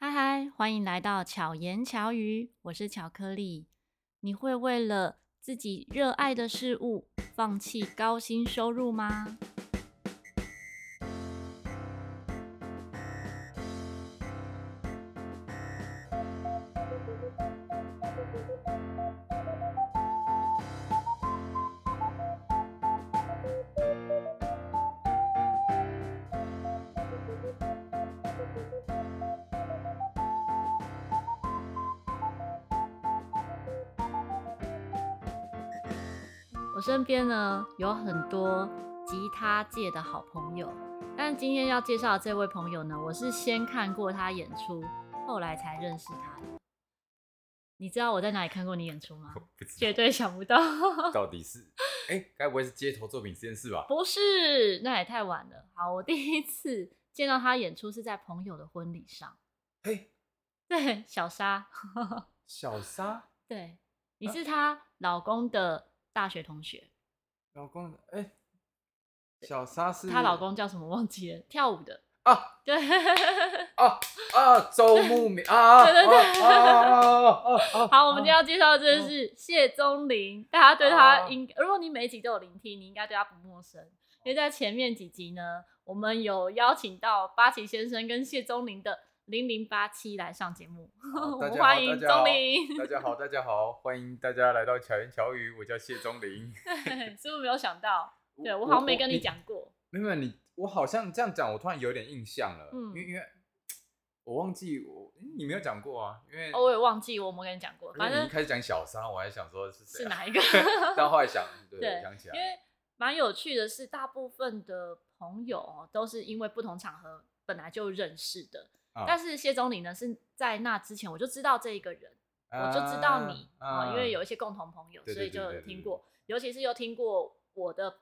嗨，欢迎来到巧言巧语，我是巧克力。你会为了自己热爱的事物放弃高薪收入吗？我身边呢有很多吉他界的好朋友，但今天要介绍的这位朋友呢，我是先看过他演出，后来才认识他的。你知道我在哪里看过你演出吗？我不知绝对想不到， 道到底是，哎、该不会是街头作品实验室吧？不是，那也太晚了。好，我第一次见到他演出是在朋友的婚礼上，嘿、对，小沙，小沙对，呃你是她老公的大学同学，老公，哎、小沙是她老公叫什么忘记了，跳舞的，啊 对，啊啊，周慕明啊，对对对啊啊啊啊啊啊！好，我们今天要介绍的真的哦是谢宗林，大家对他应，如果你每一集都有聆听，你应该对他不陌生，因为在前面几集呢，我们有邀请到八旗先生跟谢宗林的零零八七来上节目， 我大们家好欢迎宗林。大家好大家好，大家好，欢迎大家来到巧言巧语，我叫谢宗林。对， 是不是没有想到？对我好像没跟你，讲过，没有没有你，我好像这样讲，我突然有点印象了，嗯因为因为我忘记我你没有讲过啊，因为哦，我也忘记我有没有跟你讲过，因为反你一正开始讲小沙，我还想说是谁、是啊，哪一 个？ 但后来想，对，对我想起来因了，为蛮有趣的是，大部分的朋友哦都是因为不同场合本来就认识的，啊但是谢宗林呢是在那之前我就知道这一个人，我就知道你哦，啊因为有一些共同朋友，对所以对对就对有对听对过，尤其是又听过我的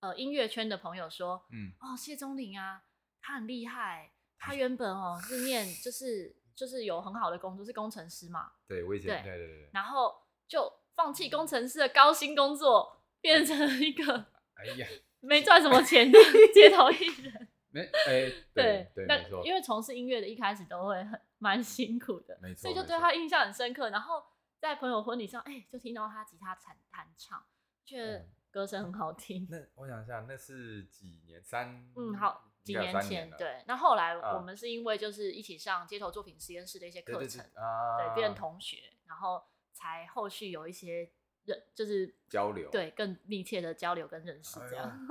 呃音乐圈的朋友说，嗯，哦，谢宗林啊，他很厉害。他原本哦是念就是就是有很好的工作，是工程师嘛，对我以对前对对对，然后就放弃工程师的高薪工作，变成一个哎呀，没赚什么钱的街头艺人。没哎， 对对，那没错，因为从事音乐的一开始都会很蛮辛苦的，没错所以就没对错他印象很深刻。然后在朋友婚礼上，哎、就听到他吉他弹弹唱，觉得嗯歌声很好听。那我想一下，那是几年三嗯，好，几应该有年三前了对。那后来啊我们是因为就是一起上街头作品实验室的一些对课对程对，啊，对，变成同学，然后才后续有一些认，就是交流哎对更密切的交流跟认识这样，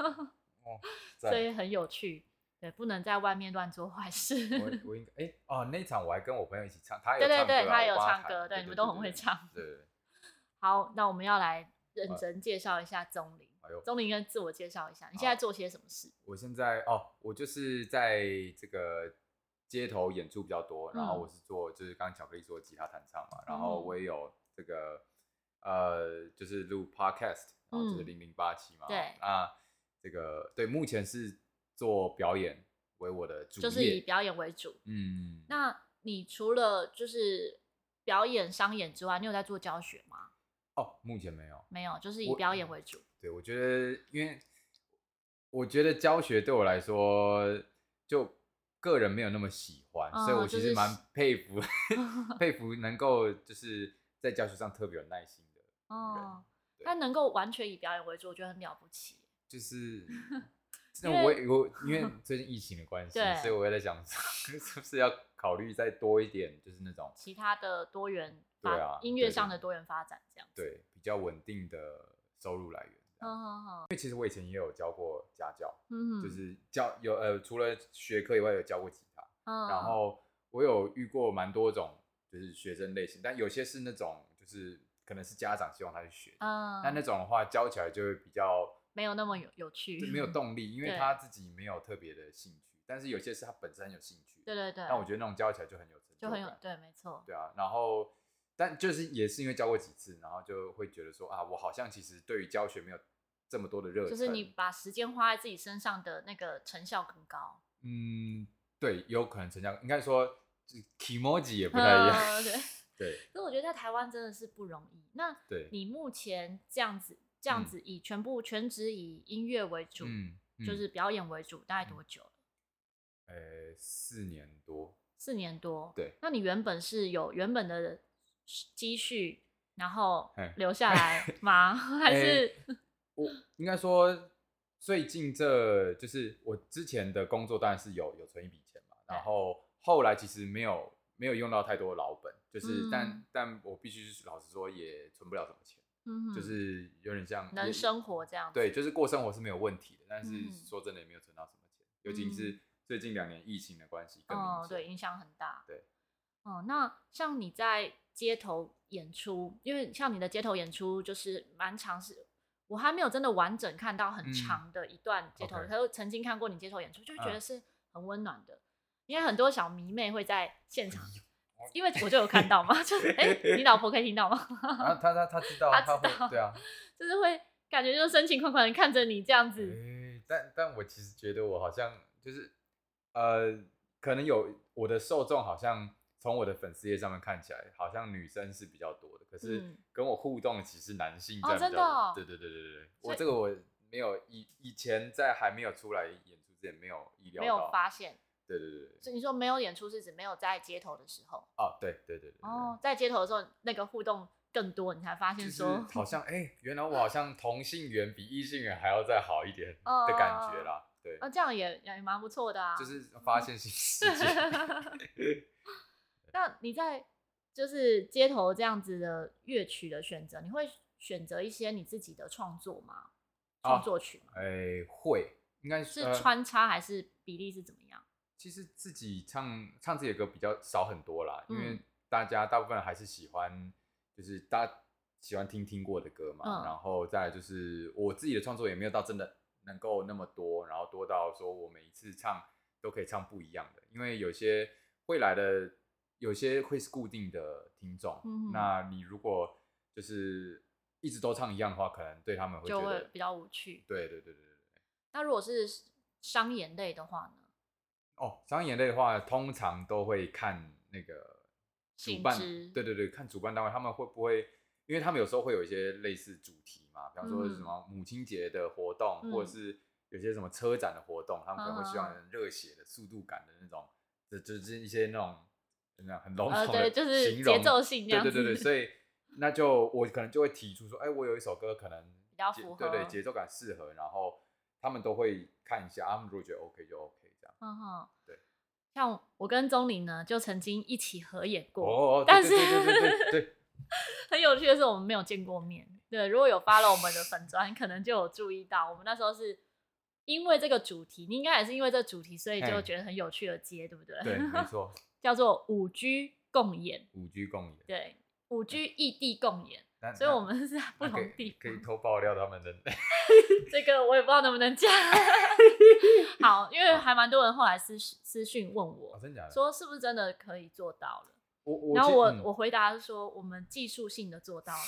哦，所赞以很有趣。对，不能在外面乱做坏事。我我应该哎哦那一场我还跟我朋友一起唱，他有对对唱对歌啊他我有帮唱弹歌对对你们都很会唱对对，对 好，那我们要来认真介绍一下钟林。哎呦，钟林跟自我介绍一下，你现在做些什么事？我现在哦，我就是在这个街头演出比较多，然后嗯我是做就是刚刚巧克力说吉他弹唱嘛，然后嗯我也有这个呃，就是录 podcast，然后就是嗯零零八七嘛，对那这个对，目前是做表演为我的主业，就是以表演为主。嗯，那你除了就是表演、商演之外，你有在做教学吗？哦，目前没有，没有，就是以我表演为主。对，我觉得，因为我觉得教学对我来说，就个人没有那么喜欢，所以嗯我就其实是蛮喜佩 服、佩服能够就是在教学上特别有耐心的，哦，对他能够完全以表演为主，我觉得很了不起。就是 因那我也我因 为最近疫情的关系，对所以我也在想说， 是不是要考虑再多一点，就是那种其他的多元发、对啊音对乐对上的对多元发展这样子。对比较稳定的收入来源。这样嗯，哼哼，因为其实我以前也有教过家教，嗯，就是教有呃除了学科以外有教过吉他。嗯，然后我有遇过蛮多种就是学生类型，但有些是那种就是可能是家长希望他去学，嗯，那、那种的话教起来就会比较没有那么有有趣就，没有。动力，因为嗯对他自己没有特别的兴趣，但是有些是他本身有兴趣，对对对，但我觉得那种教起来就很有成就很有感，对，没错，对啊，然后。但就是也是因为教过几次，然后就会觉得说啊，我好像其实对于教学没有这么多的热忱。就是你把时间花在自己身上的那个成效更高。嗯，对，有可能成长，应该说就是 emoji 也不太一样。嗯对， 对所以我觉得在台湾真的是不容易。那对，你目前这样子这样嗯子以全部全职以音乐为主，嗯，嗯嗯就是表演为主，大概多久了？呃，四年多，四年多。对，那你原本是有原本的积蓄，然后哎留下 来吗？ 还是、哎我应该说最近这就是我之前的工作当然是有有存一笔钱嘛，对然后后来其实没有没有用到太多老本，就是、嗯但但我必须老实说也存不了什么钱，嗯哼就是有点像能也生活这样子？对，就是过生活是没有问题的，但是嗯说真的也没有存到什么钱，尤其是最近两年疫情的关系更明哦显。，对，影响很大。对，哦，那像你在街头演出，因为像你的街头演出就是蛮长是。我还没有真的完整看到很嗯长的一段街头， OK 可是曾经看过你街头演出，就会觉得嗯是很温暖的。因为很多小迷妹会在现哎场，因为我就有看到嘛， 就是哎、诶你老婆可以听到吗？然后他他他知 道，他他知道会对啊。就是会感觉就是深情款款的看着你这样子，诶但但我其实觉得我好像就是呃，可能有我的受众好像从我的粉丝页上面看起来，好像女生是比较多的，可是嗯跟我互动的其实男性哦占比较真的多哦对对对对对对，所我以这个我没有以以前在还没有出来演出之前没有哦意料没到，有发现。对对对对，所以你说没有演出是指没有在街头的时候，哦对对对对对对哦，在街头的时候那个互动更多，你才发就现是说、好 像哎、原来我好像同性缘比异性缘还要再好一点哦的感觉啦。对，啊，这样也也蛮不错的啊。就是发现新世 界。那你在就是街头这样子的乐曲的选择，你会选择一些你自己的创作吗？啊创作曲吗？哎、会应该是呃穿插还是比例是怎么样？其实自己唱唱自己的歌比较少很多啦，因为嗯大家大部分还是喜欢，就是大家喜欢听听过的歌嘛。嗯然后再来就是我自己的创作也没有到真的能够那么多，然后多到说我每一次唱都可以唱不一样的，因为有些会来的，有些会是固定的听众。嗯哼那你如果就是一直都唱一样的话，可能对他们会觉就会得，比较无趣。对对对对对。那如果是商演类的话呢？哦，商演类的话，通常都会看那个主性办质，对对对，看主办单位他们会不会，因为他们有时候会有一些类似主题嘛，比方说是什嗯么母亲节的活动，嗯或者是有些什么车展的活动，他们可能会希望啊很热血的、速度感的那种，这就是一些那种怎么样很笼呃，统的对，就是形节容，奏性这对样对子。对对，所以那就我可能就会提出说，哎，我有一首歌可能比较符对对合节奏感适合，然后他们都会看一下，啊他们如果觉得 OK 就 OK 这样。嗯哼，对。像我跟钟林呢，就曾经一起合演过。哦，对但对是对对对 对对，很有趣的是，我们没有见过面。对，如果有发了我们的 粉砖，可能就有注意到，我们那时候是因为这个主题，你应该也是因为这个主题，所以就嘿觉得很有趣的接，对不对？对，没错， 叫做五 G 共演，五 G 共演。对，五 G 异地共演，那所以那我们是在不那可同以地可以方。偷爆料他们的 这个我也不知道能不能讲。好，因为还蛮多人后来私私讯问哦，我，真假的？说是不是真的可以做到了。我我然后其我、嗯我回答是说，我们技术性的做到了，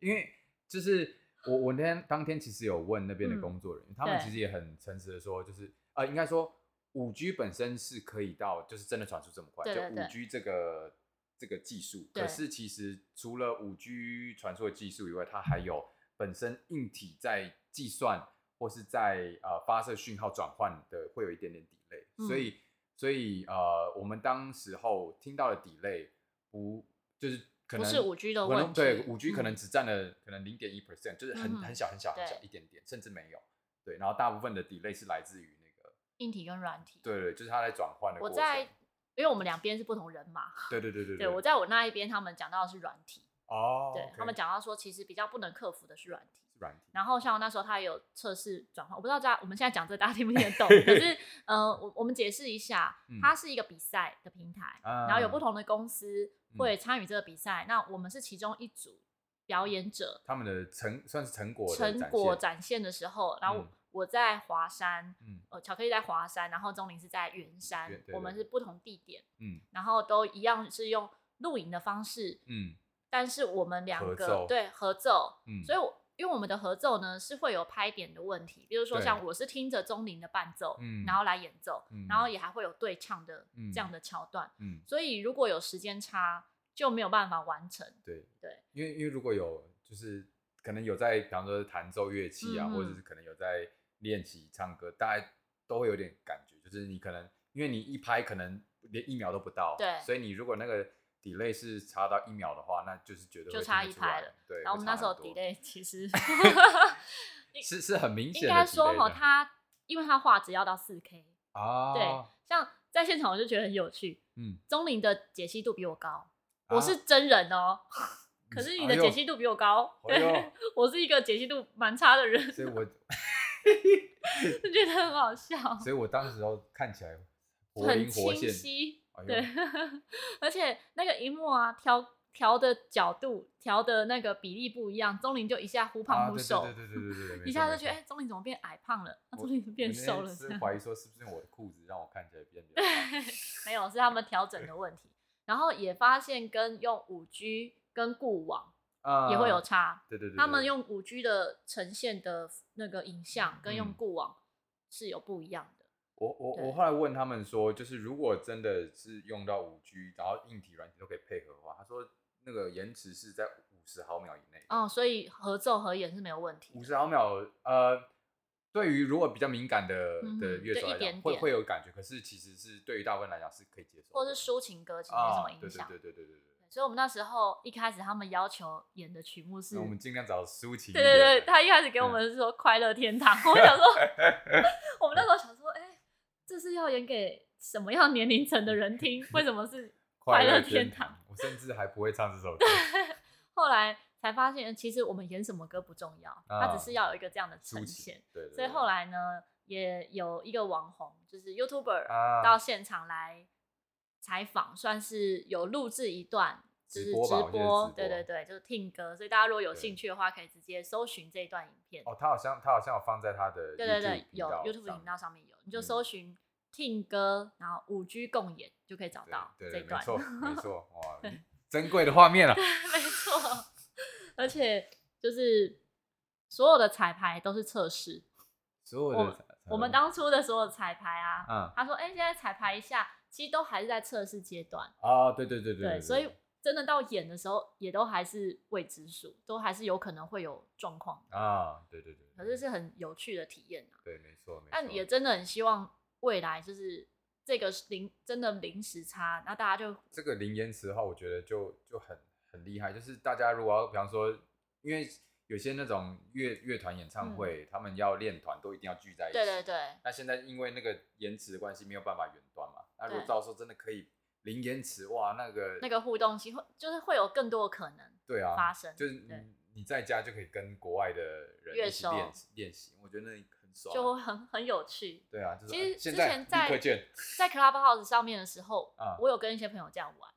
因为就是我我那天当天其实有问那边的嗯工作人员，他们对其实也很诚实的说，就是呃，应该说五 G 本身是可以到，就是真的传输这么快，对对就对五 G 这个这个技术，对可是其实除了五 G 传输的技术以外，它还有本身硬体在计算或是在呃发射讯号转换的会有一点点 delay，、嗯所以所以呃，我们当时候听到的 delay 不就是可不能是五 G 的可能问题。对，五 G 可能嗯只占了可能零点一 percent，就是很嗯哼很小很小很小对一点点，甚至没有。对，然后大部分的 delay 是来自于那个，硬体跟软体。，对对，就是它在转换的过我程。在，因为我们两边是不同人嘛，对对对 对对我在我那一边，他们讲到的是软体，哦，对 OK 他们讲到说，其实比较不能克服的是软体。是软体，然后像那时候他也有测试转换，我不知道大家我们现在讲这大家听不听得懂，可 是呃，我我们解释一下，嗯它是一个比赛的平台，啊嗯然后有不同的公司会参与这个比赛，那我们是其中一组表演者，他们的成算是成果的成展果现展现的时候，然后我嗯我在华山，嗯呃，巧克力在华山，然后钟林是在圆山，圆对我们对是不同地点，嗯然后都一样是用录影的方式，嗯但是我们两合个奏对合奏，嗯，所以以我因为我们的合奏呢是会有拍点的问题，比如说对像我是听着钟林的伴奏，嗯然后来演奏，嗯然后也还会有对唱的嗯这样的桥段，嗯所以如果有时间差就没有办法完成。对对，因为因为如果有就是可能有在，比方说弹奏乐器啊，嗯嗯或者是可能有在练习唱歌，大家都会有点感觉，就是你可能因为你一拍可能连一秒都不到，对所以你如果那个 delay 是差到一秒的话，那就是绝对就会差听得一出来拍了，对，然后我会们差那时候很多 delay 其 实是是很明显应的 delay 的，该说哈，它因为它画质要到四 K，啊，对，像在现场我就觉得很有趣。嗯，钟林的解析度比我高，啊嗯我是真人哦，可是你的解，哎析度比我高，哎呦对我是一个解析度蛮差的人呦，所以我就 觉得很好笑，所以我当时候看起来活很灵活清现，晰。哎呦对，而且那个荧幕啊，调调的角度、调的那个比例不一样，钟林就一下忽啊胖忽对瘦，对对对对对 对，没一错下没就觉得错哎，钟林怎么变矮胖了？啊，我钟林怎么变我那天瘦了？这 是样怀疑说是不是我的裤子让我看起来变比较胖没有，是他们调整的问题。然后也发现跟用五 G 跟固网 啊，也会有差，对，对对对，他们对用五 G 的呈现的那个影像跟用嗯固网是有不一样的。我我对我后来问他们说，就是如果真的是用到五 G，然后硬体软体都可以配合的话，他说那个延迟是在五十毫秒以内。哦，所以合奏合演是没有问题五的。十毫秒，呃，对于如果比较敏感的嗯的乐就手一来点讲，会点会有感觉，可是其实是对于大部分来讲是可以接受的，或是抒情歌其实没什啊，么影响。对对对对对对对。所以我们那时候一开始他们要求演的曲目是那我，们尽嗯量找抒情一对点对的。对，他一开始给我们是说《快乐天堂》，我 想说，我们那时候想说，哎、这是要演给什么样年龄层的人听？为什么是？快乐乐天天堂堂，我甚至还不会唱这首歌。后来才发现，其实我们演什么歌不重要，它啊只是要有一个这样的呈抒情现。对对对。所以后来呢，也有一个网红，就是 YouTuber，、啊，到现场来采访，算是有录制一段，就是直播吧我记得是直播对对对，就是听歌。所以大家如果有对兴趣的话，可以直接搜寻这一段影片。哦，他好像他好像有放在他的对对对 YouTube，频有道 YouTube 上频道上面有，你就嗯搜寻听歌，然后五 G 共演就可以找到对这对一对，段。没错 没没错，哇， 珍贵的画面了。啊错，而且就是所有的彩排都是测试，所我有们的彩我们当初的所有彩排啊，嗯他说：“哎、现在彩排一下，其实都还是在测试阶段。”啊，对对对对对，所以真的到演的时候，也都还是未知数，都还是有可能会有状况的，啊，对对对，可是是很有趣的体验啊。对，没错没错。但也真的很希望未来就是这个是零真的零时差，那大家就这个零延迟的话，我觉得就就很很厉害。就是大家如果要，比方说，因为有些那种乐乐团演唱会，他们要练团都一定要聚在一起。嗯对对。对，那现在因为那个延迟的关系，没有办法远端嘛。那如果对到时候真的可以零延迟，哇，那个那个互动性会就是会有更多的可能对啊，发生，就是对你你在家就可以跟国外的人乐一起手练习练习，我觉得那很爽。就会很很有趣。对啊，就是其实哎现之在前立在刻见，在 Clubhouse 上面的时候，啊我有跟一些朋友这样玩。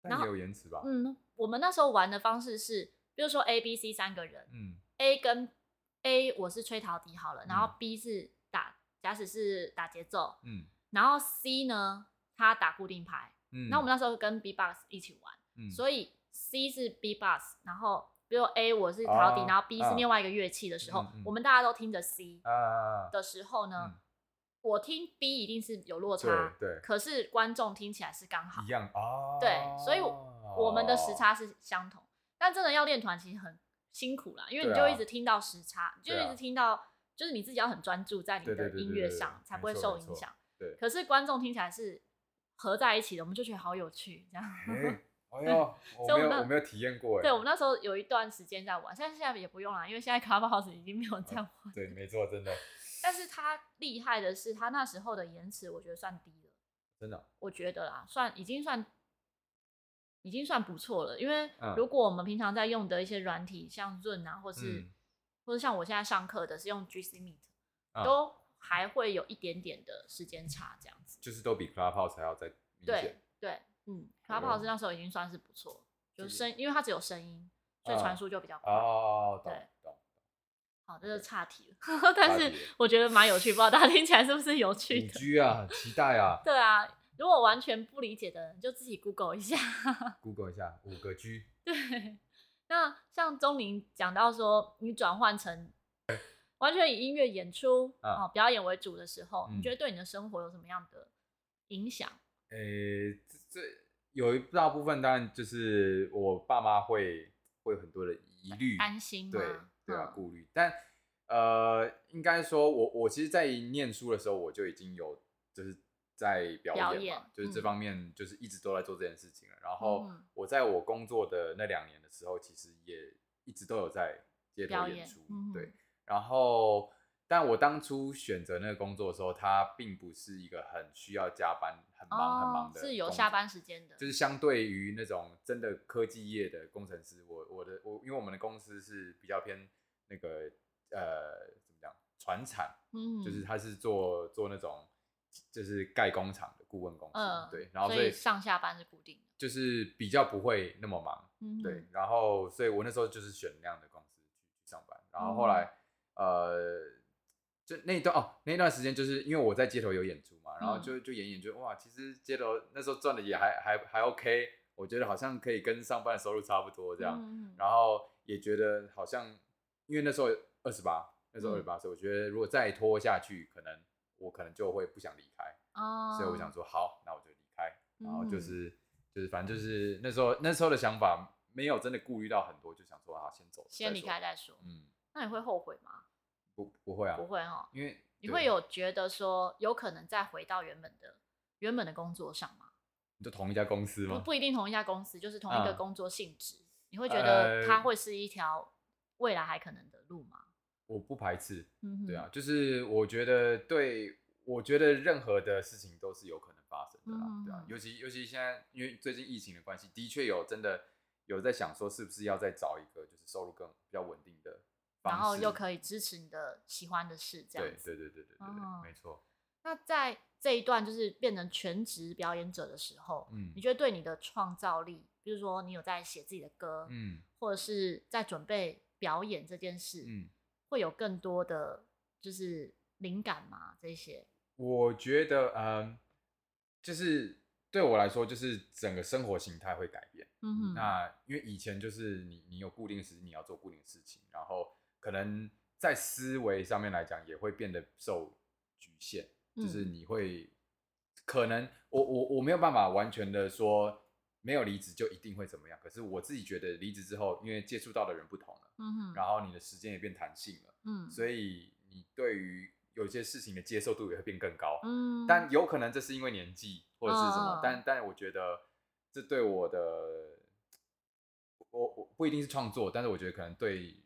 然但后也有延迟吧？嗯，我们那时候玩的方式是，比如说 A、B、C 三个人，嗯 A 跟 A 我是吹陶笛好了，然后 B 是打，假使是打节奏，嗯然后 C 呢他打固定拍。嗯。那、我们那时候跟 B box 一起玩，嗯所以 C 是 B box，然后比如 A 我是陶笛，啊然后 B 是啊另外一个乐器的时候，嗯嗯我们大家都听着 C 啊，的时候呢，嗯我听 B 一定是有落对差，对，可是观众听起来是刚好一，样哦。对所以我们的时差是相同。但真的要练团，其实很辛苦啦，因为你对就啊一直听到时差，你就对啊一直听到，就是你自己要很专注在你对对的对对音乐对对上，才没不会错受没影错响。对可是观众听起来是合在一起的，我们就觉得好有趣，这样。 哎，哎呦，我所以我没有们那我没有体验过哎。对，我们那时候有一段时间在玩，现在现在也不用啦，因为现在 Clubhouse 已经没有在玩。哦对没错，真的 但是它厉害的是，它那时候的延迟，我觉得算低了。真的我觉得啦，算已经算已经算不错了。因为嗯如果我们平常在用的一些软体，像润啊，或是、嗯或者像我现在上课的是用 GC Meet，、啊都还会有一点点的时间差这样子。就是都比 Clubhouse 还要再明对显。对，嗯哎呦，Clubhouse 那时候已经算是不错，就是声，因为它只有声音，所以啊传输就比较快。哦，懂对懂。好，这是岔题了， 但岔是题了我觉得蛮有趣，不知道大家听起来是不是有趣五的？ G 啊，很期待啊 对啊，如果完全不理解的人，就自己 Google 一下。 ，Google 一下五个 G，对，那像钟林讲到说，你转换成完全以音乐演出啊哦、表演为主的时候，你嗯觉得对你的生活有什么样的影响？诶，这这有一大部分当然就是我爸妈会会有很多的疑虑，安心吗对？对啊，嗯顾虑。但呃，应该说我我其实，在念书的时候，我就已经有就是在表演嘛，表演就是这嗯方面就是一直都在做这件事情了。然后嗯我在我工作的那两年的时候，其实也一直都有在街头表演演出，嗯对哼。然后，但我当初选择那个工作的时候，它并不是一个很需要加班、很忙、很忙的哦工作，是有下班时间的，就是相对于那种真的科技业的工程师，我我的我，因为我们的公司是比较偏那个呃怎么讲，船产，嗯就是他是做做那种就是盖工厂的顾问公司，嗯对，然后所所以以上下班是固定的，就是比较不会那么忙，嗯对，然后所以我那时候就是选那样的公司去上班，然后嗯后来、呃，就那一段哦，那一段时间就是因为我在街头有演出嘛，然后嗯就就演演就哇，其实街头那时候赚的也还还还 OK，我觉得好像可以跟上班的收入差不多这样，嗯然后也觉得好像因为那时候二十八，那时候二嗯十八岁，我觉得如果再拖下去，可能我可能就会不想离开。哦，所以我想说，好，那我就离开。然后就嗯是、就是反正就是那时候那时候的想法没有真的顾虑到很多，就想说啊，先走，先再离说开。再说，嗯，那你会后悔吗？不不会啊，不，会哦，因为你对啊会有觉得说有可能再回到原本的原本的工作上吗？你就同一家公司不吗？不一定同一家公司，就是同一个嗯工作性质，你会觉得呃它会是一条未来还可能的路吗？我不排斥，嗯哼，对啊，就是我觉得对，我觉得任何的事情都是有可能发生的啦，对啊嗯，尤其尤其现在因为最近疫情的关系，的确有真的有在想说是不是要再找一个就是收入更比较稳定的方式，然后又以可以支持你的喜欢的事，这对样对子。对对对对对，哦没错，那在这一段就是变成全职表演者的时候，嗯你觉得对你的创造力，比如说你有在写自己的歌，嗯或者是在准备表演这件事，嗯。会有更多的就是灵感吗？这些，我觉得，嗯，就是对我来说，就是整个生活形态会改变。嗯哼，那因为以前就是你，你有固定时，你要做固定的事情，然后可能在思维上面来讲，也会变得受局限，就是嗯你会可能我我我没有办法完全的说没有离职就一定会怎么样，可是我自己觉得离职之后，因为接触到的人不同了，嗯哼，然后你的时间也变弹性了，嗯，以所以你对于有些事情的接受度也会变更高。嗯，但有可能这是因为年纪或者是什嗯么，嗯嗯但但我觉得这对我的，我我不一定是创作，但是我觉得可能对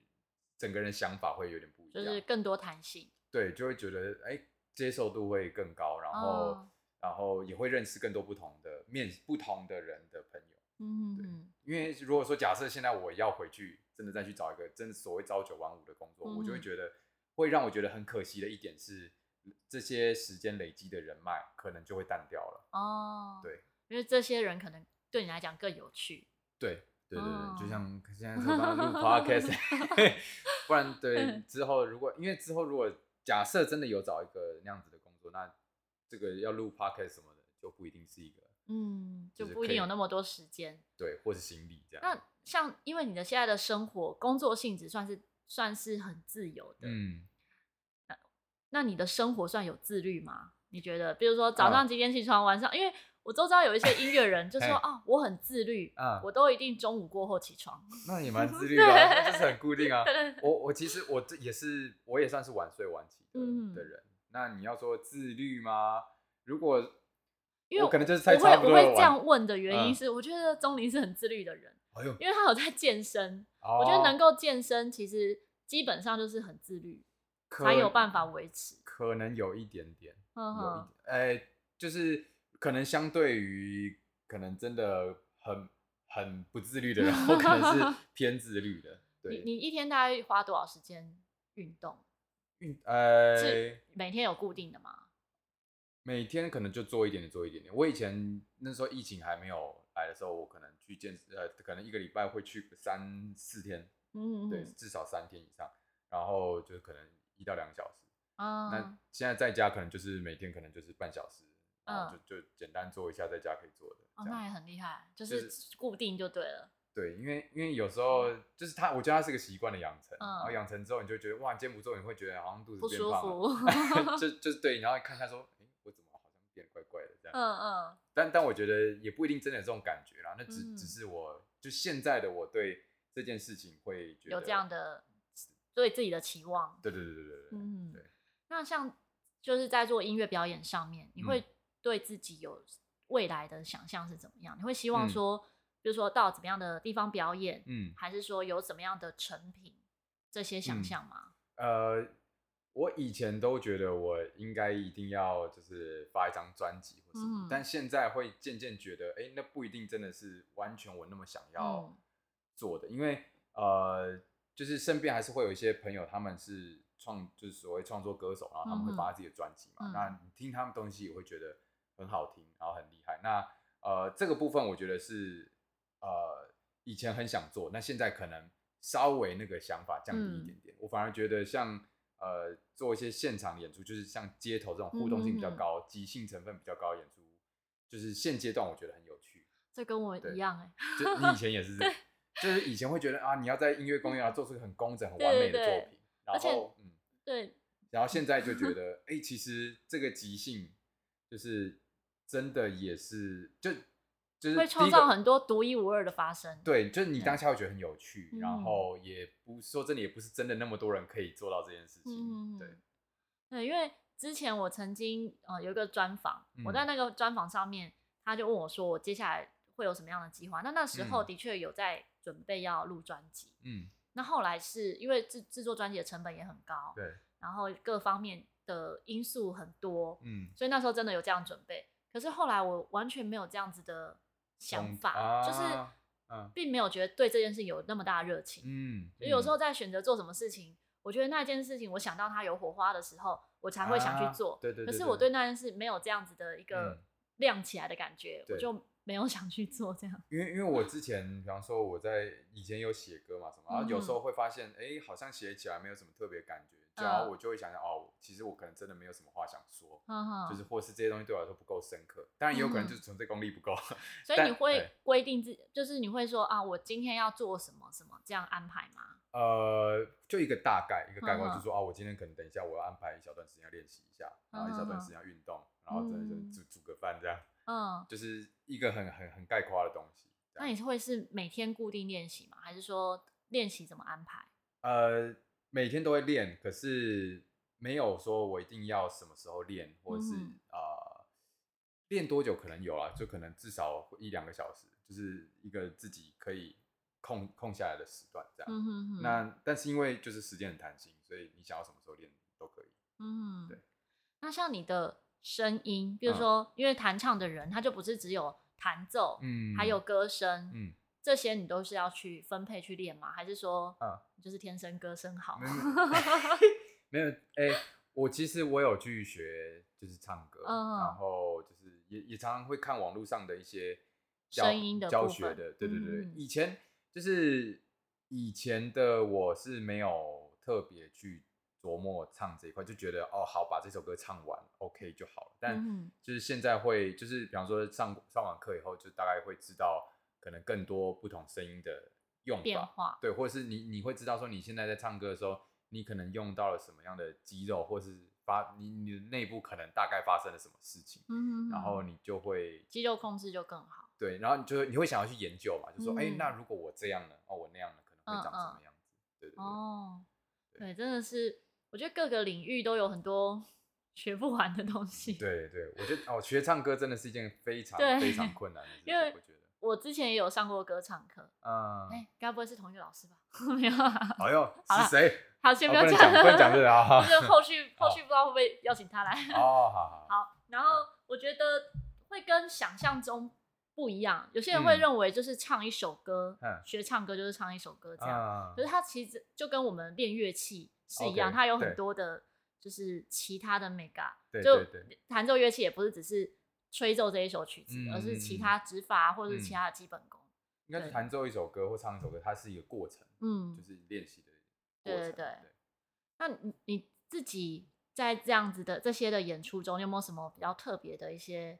整个人想法会有点不一就样，是更多弹性，对，就会觉得哎、接受度会更高，然后、嗯然后也会认识更多不同的面不同的人的朋友。嗯对哼因为如果说假设现在我要回去，真的再去找一个真的所谓朝九晚五的工作，我就会嗯觉得会让我觉得很可惜的一点是，这些时间累积的人脉可能就会淡掉了。哼，哦，对，因为这些人可能对你来讲更有趣，对对对对，哦就像现在说 帮他录 podcast，不然对嗯之后如果因为之后如果假设真的有找一个那样子的工作，那这个要录 podcast 什么的就不一定是一个嗯，就就是不一可定以有那么多时间。对，或是心理这样。那像因为你的现在的生活工作性质算是算是很自由的，嗯，那你的生活算有自律吗？你觉得，比如说早上啊几点起床，晚上，因为我周遭有一些音乐人就说 嘿啊，我很自律，啊我都一定中午过后起床。那也蛮自律的、啊，那就是很固定啊。我我其实我这也是我也算是晚睡晚起的、嗯的人。那你要说自律吗？如果因为我可能就是我猜会差我不多了会这样晚，问的原因嗯是，我觉得钟林是很自律的人，哎呦，因为他有在健身。我我觉得能够健身，其实基本上就是很自律，才有办法维持。哦嗯可能有一点点，呵有一呵点，，呃，就是可能相对于可能真的很很不自律的人，我可 能是偏自律的。你对，你一天大概花多少时间运动？运呃是，每天有固定的吗？每天可能就做一点点，做一点点。我以前那时候疫情还没有来的时候，我可能去健呃，可能一个礼拜会去个三四天，嗯，对，至少三天以上，然后就可能一到两个小时。那啊，现在在家可能就是每天可能就是半小时，然后嗯就就简单做一下在家可以做的。哦，这样那也很厉害，就就是固定就对了。对，因为因为有时候就是它，我觉得它是个习惯的养成，嗯然后养成之后你就觉得哇，肩不重，你会觉得好像肚不子变舒胖了， 就就是对，然后看一下说，哎、我怎么好像变得怪怪的这 样，嗯嗯，但但我觉得也不一定真的有这种感觉啦，那只、嗯只是我就现在的我对这件事情会觉得有这样，的对自己的期望。对对对对对对，嗯对，嗯那像就是在做音乐表演上面，你会对自己有未来的想象是怎么样？你会希望嗯说，比如说到怎么样的地方表演，嗯，还是说有怎么样的成品这些想象吗？呃，我以前都觉得我应该一定要就是发一张专辑或什么，嗯但现在会渐渐觉得，哎、那不一定真的是完全我那么想要嗯做的，因为呃，就是身边还是会有一些朋友，他们是创就是所谓创作歌手，然后他嗯们会哼发自己的专辑嘛，嗯那你听他们东西也会觉得很好听，然后很厉害。那呃，这个部分我觉得是呃以前很想做，那现在可能稍微那个想法降低一嗯点点。我反而觉得像呃做一些现场演出，就是像街头这种互动性比较嗯嗯嗯高、即兴成分比较高的演出，就是现阶段我觉得很有趣。这跟我对一样哎、 就你以前也是这样，就是以前会觉得啊，你要在音乐公园啊做出很工整、很对完对美的对作品，然而且后嗯，对，然后现在就 觉得，哎、其实这个即兴就是真的也是就就是会第创一个造很多独一无二的发生。，对，就是你对当下会觉得很有趣，嗯然后也不说真的也不是真的那么多人可以做到这件事情，嗯，对，对，因为之前我曾经呃有一个专访，我嗯在那个专访上面，他就问我说，我接下来会有什么样的计划？那那时候嗯的确有在准备要录专辑，嗯，那后来是因为制制作专辑的成本也很高，对，然后各方面的因素很多，嗯，所以那时候真的有这样准备。可是后来我完全没有这样子的想懂法，就是啊嗯并没有觉得对这件事有那么大的热情。嗯，所以有时候嗯在选择做什么事情，我觉得那件事情我想到它有火花的时候，我才会想啊去做。对对对可是对我对那件事没有这样子的一个嗯亮起来的感觉，我对就没有想去做这样。因为因为我之前，比方说我在以前有写歌嘛什么，然嗯后有时候会发现，哎、好像写起来没有什么特别感觉，然后嗯我就会想想，哦，其实我可能真的没有什么话想说，哈哈，就是或是这些东西对我来说不够深刻，当然也有可能嗯就是纯粹功力不够， 所以但你会对规定自，就是你会说啊，我今天要做什么什么这样安排吗？呃，就一个大概一个概括，嗯就说啊，我今天可能等一下我要安排一小段时间要练习一下，然后一小段时间要运动，然后再嗯煮煮个饭这样，嗯，就是一个很很很概括的东西。这那样你是会是每天固定练习吗？还是说练习怎么安排？呃，每天都会练，可是没有说我一定要什么时候练，或者是、嗯呃练多久可能有啊，就可能至少一两个小时，就是一个自己可以空空下来的时段这样。嗯哼哼，那但是因为就是时间很弹性，所以你想要什么时候练都可以。嗯，对。那像你的声音，比如嗯说，因为弹唱的人他就不是只有弹奏，嗯还有歌声，嗯，这些你都是要去分配去练吗？还是说，嗯你就是天生歌声好？ 没有啊没有，哎、我其实我有去学，就是唱歌，嗯然后就是也也常常会看网络上的一些教声音的教部学分的，对对对。嗯以前就是以前的我是没有特别去琢磨唱这一块，就觉得哦好，把这首歌唱完，OK 就好了。但嗯哼就是现在会，就是比方说上上完课以后，就大概会知道可能更多不同声音的用变法，化，对，或者是你你会知道说你现在在唱歌的时候，你可能用到了什么样的肌肉，或是发你你的内部可能大概发生了什么事情，嗯哼哼然后你就会肌肉控制就更好。对，然后你就会你会想要去研究嘛，就说哎、嗯那如果我这样呢，哦，我那样呢，可能会长什嗯么样子？对对对，哦，对，对真的是，我觉得各个领域都有很多 学不完的东西。，对对，我觉得哦，学唱歌真的是一件非常对非 常困难的事情，因为我觉得，我之前也有上过歌唱课，嗯，哎、该不会是同一个老师吧？ 没有啊，哎呦，啦是谁？好，先哦不要不能讲，讲，不能讲 这个啊，就是后续好后续不知道会不会邀请他来。 哦，好好，好，然后我觉得会跟想象中不一样，有些人会嗯认为就是唱一首歌，嗯学唱歌就是唱一首歌这样，嗯可是它其实就跟我们练乐器是一样， OK，它有很对多的就是其他的 mega，对就对对弹奏乐器也不是只是吹奏这一首曲子，嗯而是嗯其嗯他指法或者是其嗯他的基本功。应该是对弹奏一首歌或唱一首歌，它是一个过程。嗯，就是练习的对过对程。对那你你自己在这样子的这些的演出中，你有没有什么比较特别的一些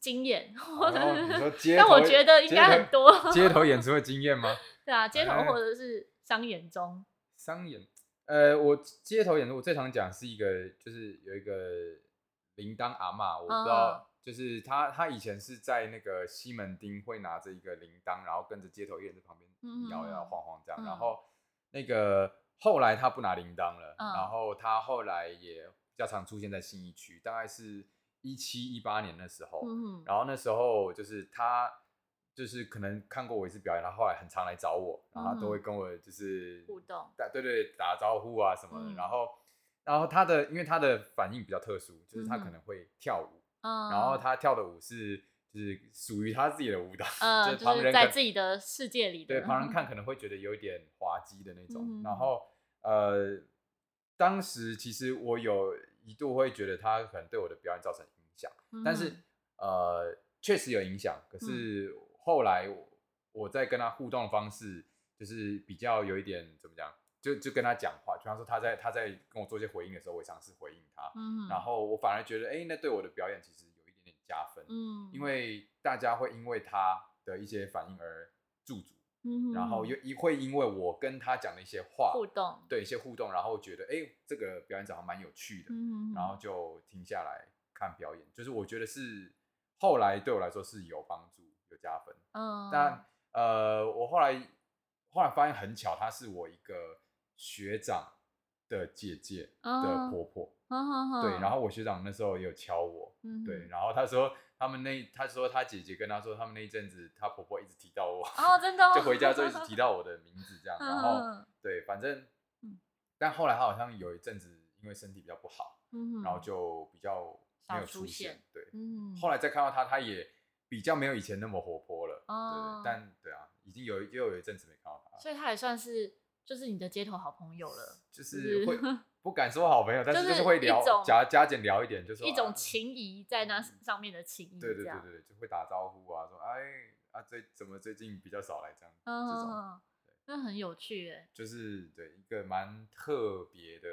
经验？ 或者然哦后你说是街但我头觉得应街该头很多。 街头演出的经验吗？对啊，街头哎或者是商演中，商演，呃，我街头演出我最常讲是一个，就是有一个铃铛阿嬷，我不知嗯道，就是她她以前是在那个西门町会拿着一个铃铛，然后跟着街头艺人在旁边嗯摇摇晃晃这样，嗯然后那个后来她不拿铃铛了，嗯然后她后来也比较常出现在信义区，大概是。一七一八年那时候，嗯哼，然后那时候就是他，就是可能看过我一次表演，他后来很常来找我，然后他都会跟我就是嗯互动打对对打招呼啊什么的。嗯然后，然后他的因为他的反应比较特殊，就是他嗯可哼能会跳舞，嗯，然后他跳的舞是就是属于他自己的舞蹈，呃，就是就旁是人在可自己的世界里的，对旁人看可能会觉得有一点滑稽的那种。嗯然后呃，当时其实我有一度会觉得他可能对我的表演造成影响。嗯哼，但是呃，确实有影响。嗯可是后来我我在跟他互动的方式，就是比较有一点怎么讲，就就跟他讲话，就像说他在他在跟我做一些回应的时候，我也尝试回应他，嗯哼，然后我反而觉得，哎、那对我的表演其实有一点点加分，嗯，因为大家会因为他的一些反应而驻足，嗯哼，然后又会因为我跟他讲的一些话，互动，对一些互动，然后觉得，哎、这个表演者好像蛮有趣的，嗯哼，然后就停下来看表演，就是我觉得是后来对我来说是有帮助、有加分。嗯，但呃，我后来后来发现很巧，她是我一个学长的姐姐的嗯婆婆，对，对然后我学长那时候也有敲我，对，嗯然后他说他们那他说他姐姐跟他说他们那一阵子她婆婆一直提到我，哼，哦，真的哦， 就回家之后一直提到我的名字这样，然后嗯，对，反正嗯，但后来她好像有一阵子因为身体比较不好。嗯哼，然后就比较没少有出出现。对，嗯，后来再看到他，他也比较没有以前那么活泼了。哦对，但对啊，已经有又有一阵子没看到他，所以他也算是就是你的街头好朋友了，就是是 会不敢说好朋友，但就是就是是会一聊种加加减聊一点，就说一啊嗯种情谊在那上面的情谊，对对这对样，对对，就会打招呼啊，说哎啊最怎么最近比较少来这样，这种嗯，那很有趣 哎。就是对一个蛮特别的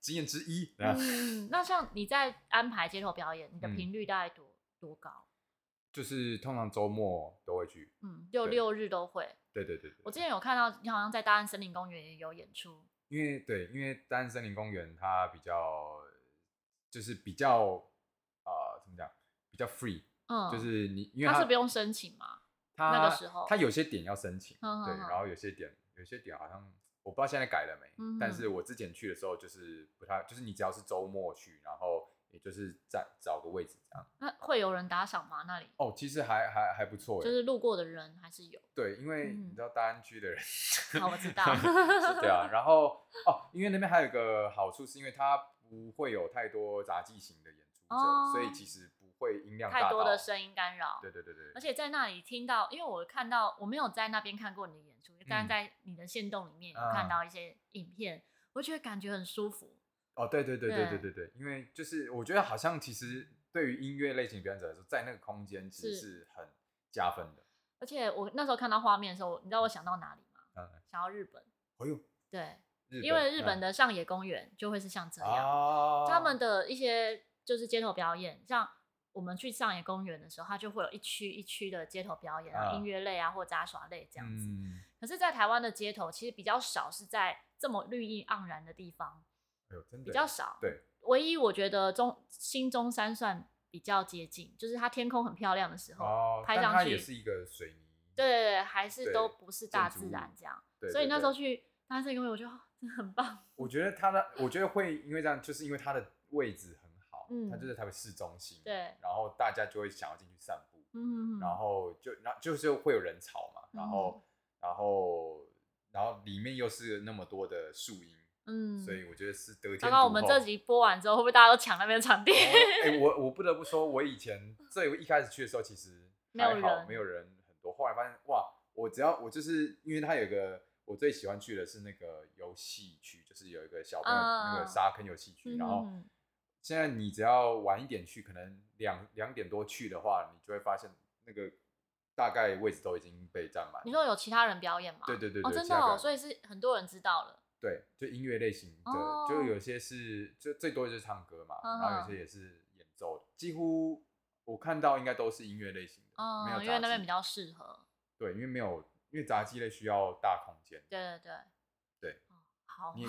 经验之一。啊嗯，那像你在安排街头表演，嗯你的频率大概多多高？就是通常周末都会去，嗯，六对六日都会。对对对对。我之前有看到你好像在大安森林公园也有演出，因为对，因为大安森林公园它比较就是比较呃怎么讲，比较 free，、嗯，就是你因为他它是不用申请吗？它那个时候它有些点要申请，嗯对，嗯嗯然后有些点有些点好像我不知道现在改了没，嗯但哼是我之前去的时候就是不太，就是你只要是周末去，然后也就是在找个位置这样。那会有人打赏吗？那里哦，其实还还还不错就诶，是路过的人还是有。对，因为嗯，你知道大安区的人 好我知道 是对啊。然后哦，因为那边还有一个好处，是因为它不会有太多杂技型的演出者，哦所以其实不会音量太大多到的声音干扰，对对对对，而且在那里听到，因为我看到我没有在那边看过你的演出，但嗯在你的线动里面有啊看到一些影片，我觉得感觉很舒服。哦，对对对对对对对对，因为就是我觉得好像其实对于音乐类型表演者来说，在那个空间其实是是很加分的。而且我那时候看到画面的时候，你知道我想到哪里吗？嗯，想到日本，哎呦，对，日嗯因为日本的的上野公园就会是像这样，啊，他们的一些就是街头表演，像我们去上野公园的时候，它就会有一区一区的街头表演，啊、啊音乐类啊或杂耍类这样子。嗯，可是，在台湾的街头，其实比较少是在这么绿意盎然的地方，哎呦，真的比较少。对，唯一我觉得中新中山算比较接近，就是它天空很漂亮的时候，哦，拍但上它去也是一个水泥，对对对，还是对都不是大建自筑然物这样。对，所以对那对时候去大森林公园，我觉得、哦真的很 棒。我觉得它的，我觉得会因为这样，就是因为它的位置很好，嗯它就在台北市中心，对然后大家就会想要进去散步，嗯，然后就然后就是会有人潮嘛，然后、然后然后里面又是那么多的树荫，嗯，所以我觉得是得天刚刚我们这集几，播完之后，会不会大家都抢那边的场地？ 哦哎、我我不得不说，我以前最一开始去的时候，其实没有还好人没有人很多，后来发现哇，我只要我就是因为它有一个。我最喜欢去的是那个游戏区，就是有一个小朋友那嗯个沙坑游戏区，然后嗯现在你只要晚一点去，可能两两点多去的话，你就会发现那个大概位置都已经被占满。你说有其他人表演吗？对对对哦，对真其的他表哦，演所以是很多人知道了。对，就音乐类型的，哦就有些是就最多就是唱歌嘛，嗯然后有些也是演奏的，几乎我看到应该都是音乐类型的，没有嗯，因杂为那边技比较适合。对，因为没有因为杂技类需要大空间，对对对。对哦。好你你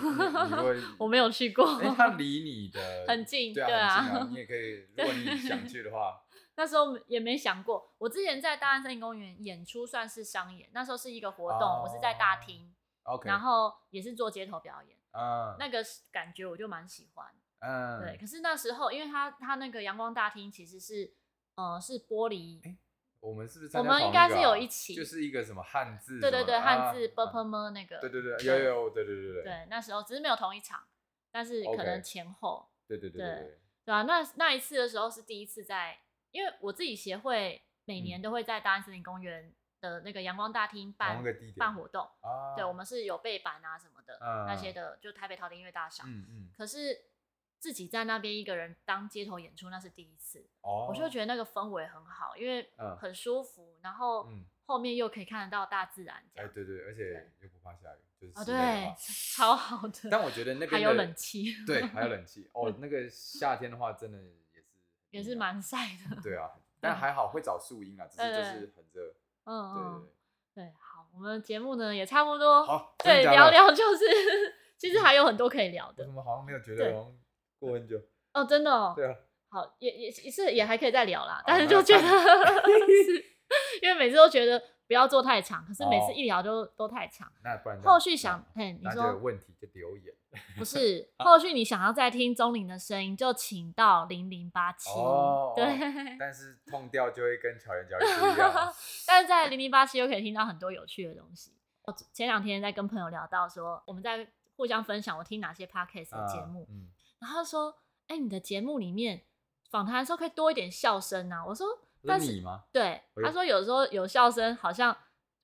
你如果我没有去过哎，它离你的很近对对啊啊，很近啊，你也可以，如果你想去的话，那时候也没想过。我之前在大安森林公园演出算是商演，那时候是一个活动，哦我是在大厅， ，OK，然后也是做街头表演，嗯，那个感觉我就蛮喜欢。嗯，对，可是那时候，因为他他那个阳光大厅其实是，呃，是玻璃，诶我们是不是我参加们同应该个是啊有一起就是一个什么汉字什对么的，对对，汉字 b u r 啊 p e m 那个，对对对，有有对对对对对，那时候只是没有同一场，但是可 OK 能前后对对对对对，对啊，那那一次的时候是第一次在，因为我自己协会嗯每年都会在大安森林公园的那个阳光大厅办同一个地点办活动，啊，对我们是有背板啊什么的、嗯那些的，就台北陶笛音乐大赏、嗯嗯可是自己在那边一个人当街头演出，那是第一次，哦，我就觉得那个氛围很好，因为嗯很舒服，然后嗯后面又可以看得到大自然这哎样，对对，而且又不怕下雨，就是啊室内的对话，超好的， 但我觉得那边还有的冷，气，对，还有冷气哦，那个夏天的话真的也是嗯也是蛮晒 的，对啊，但还好会找树荫啊，只是就对是很热，嗯对嗯。对对。对，好，我们节目呢也差不多。好，哦对，真的假嗯聊的。聊就是， 其实还有很多可以聊我的怎么好像没有觉对得好像过很久？哦，真的哦。对啊，好，也也也是也还可以再聊啦，好但是那就觉得看 是因为每次都觉得不要做太长，可是每次哦一聊就都太长。那不然这样后续想，，嘿，你那就有说问啊题就留言不是？后续你想要再听钟灵的声音，就请到零零八七哦。。哦对，但是痛掉就会跟巧言巧语不一样。 啊但是在零零八七又可以听到很多有趣的东西。我前两天在跟朋友聊到说，我们在互相分享我听哪些 podcast 的节目，嗯，然后他说：“哎、你的节目里面访谈的时候可以多一点笑声啊。”我说：“那但是你吗？对。”哎呦他说：“有时候有笑声好像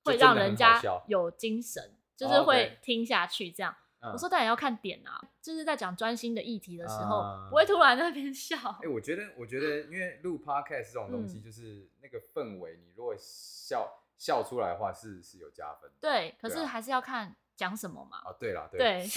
会就真让的人很家好笑有精神，就哦是，OK 嗯会听下去这样。我我说：“，但也要看点啊，就是在讲专心的议题的时候，啊不会突然在那边笑。哎，我觉得，我觉得，因为录 podcast 这种东西，嗯就是那个氛围，你如果笑笑出来的话，是是有加分的。对，可对是啊还是要看讲什么嘛。啊，对啦，对，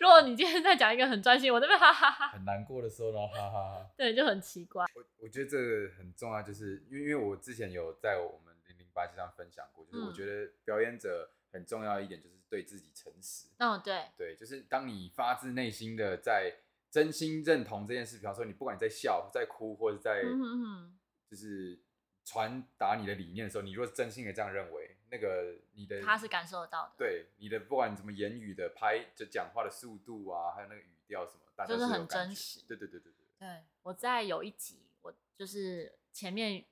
如果你今天在讲一个很专心，我这边哈哈哈， 很难过的时候呢，哈哈哈。对，就很奇怪。我我觉得这个很重要，就是因为因为我之前有在我们零零八七上分享过，就是嗯我觉得表演者很重要一点就是对自己诚实。嗯，对，对，就是当你发自内心的在真心认同这件事，比方说你不管你在笑、在哭，或者在嗯哼哼，就是传达你的理念的时候，你若真心的这样认为，那个你的他是感受得到的，对你的不管怎么言语的拍就讲话的速度啊，还有那个语调什么，大家就是是有很感真觉实对对对对对。对，我在有一集，我就是前面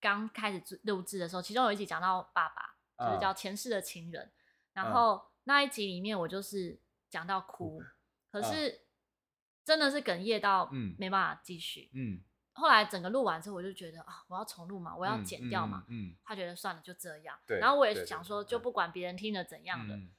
刚开始制录制的时候，其中有一集讲到爸爸，就是嗯叫前世的情人，然嗯后那一集里面我就是讲到哭，可是真的是哽咽到嗯没办法继续。嗯，后来整个录完之后，我就觉得啊，我要重录嘛，我我要剪掉嘛。嗯，他觉得算了，就这样。对然后我也是对对想对说，对就不管别人听了怎样的。嗯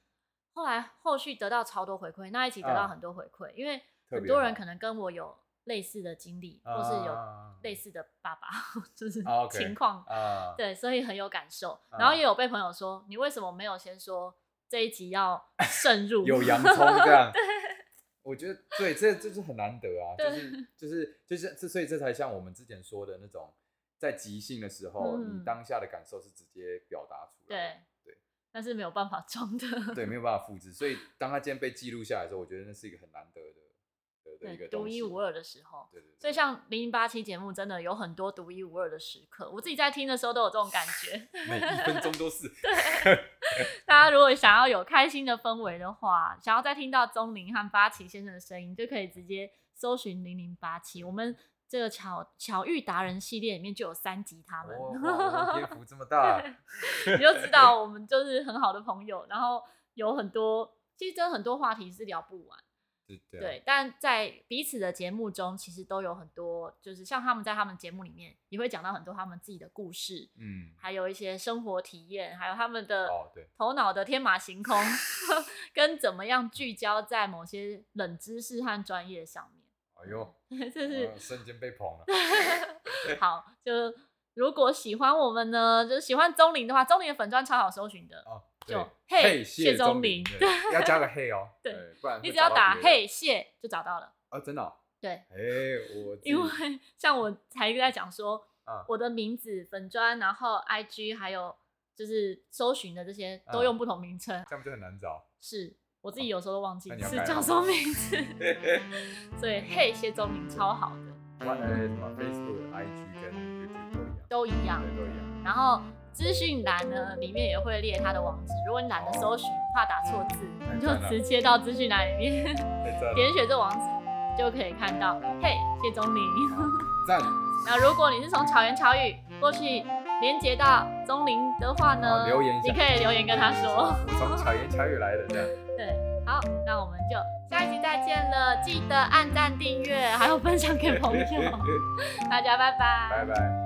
后来后续得到超多回馈，那一起得到啊很多回馈，因为特很别多好人可能跟我有类似的经历，或是有啊类似的爸 爸，就是啊，OK 情况。啊，对，所以很有感受。然后啊也有被朋友说，你为什么没有先说这一集要慎入？有洋葱这样。 我觉得对，这这是很难得啊，就对是就是就是这，所以这才像我们之前说的那种，在即兴的时候，嗯你当下的感受是直接表达出来对的，对，但是没有办法装的。 对，没有办法复制。所以当他今天被记录下来的时候，我觉得那是一个很难得的的的一对，个独一无二。二的时候。对对对。所以像零零八七节目真的有很多独一无二的时刻，我自己在听的时候都有这种感觉。 每一分钟都是大家如果想要有开心的氛围的话，想要再听到钟林和八旗先生的声音，就可以直接搜寻零零八七。我们这个巧巧遇达人系列里面就有三集 他们，哦，哇我们篇幅这么 大，你就知道我们就是很好的朋友。然后有很多，其实真的很多话题是聊不完，对对啊对。但在彼此的节目中，其实都有很多，就是像他们在他们节目里面也会讲到很多他们自己的故事，嗯，还有一些生活体验，还有他们的哦对，头脑的天马行空， 跟怎么样聚焦在某些冷知识和专业上面， 哎呦，这嗯是我瞬间被捧 了，好。就如果喜欢我们呢，就是喜欢钟林的话，钟林的粉砖超好搜寻的，哦，对就嘿，谢钟钟林，对，要加个嘿哦， 对，不然会你只要找到打别人嘿谢就找到了。哦，真的哦，对，哎，我自己因为像我才在讲说，啊我的名字粉砖，然后 IG 还有就是搜寻的这些嗯都用不同名称，这样就很难找，是我自己有时候都忘记那你要是改叫吗嗯什么名 字，所以嘿谢钟林超好的，不然呃什么 Facebook、IG 跟 YouTube 都一样，都一样。对，都一样，然后资讯栏呢里面也会列他的网址，如果你懒得搜寻，怕打错字，嗯你就直接到资讯栏里面 太赞哦了，点选这网址就可以看到。嘿，谢钟林。赞，那如果你是从巧言巧语过去连接到钟林的话呢，好留言一你下可以留言跟他说。 我从巧言巧语来的，这样，对，好，那我们就下一集再见 了，记得按赞、订阅，还有分享给朋友，大家拜拜，拜拜。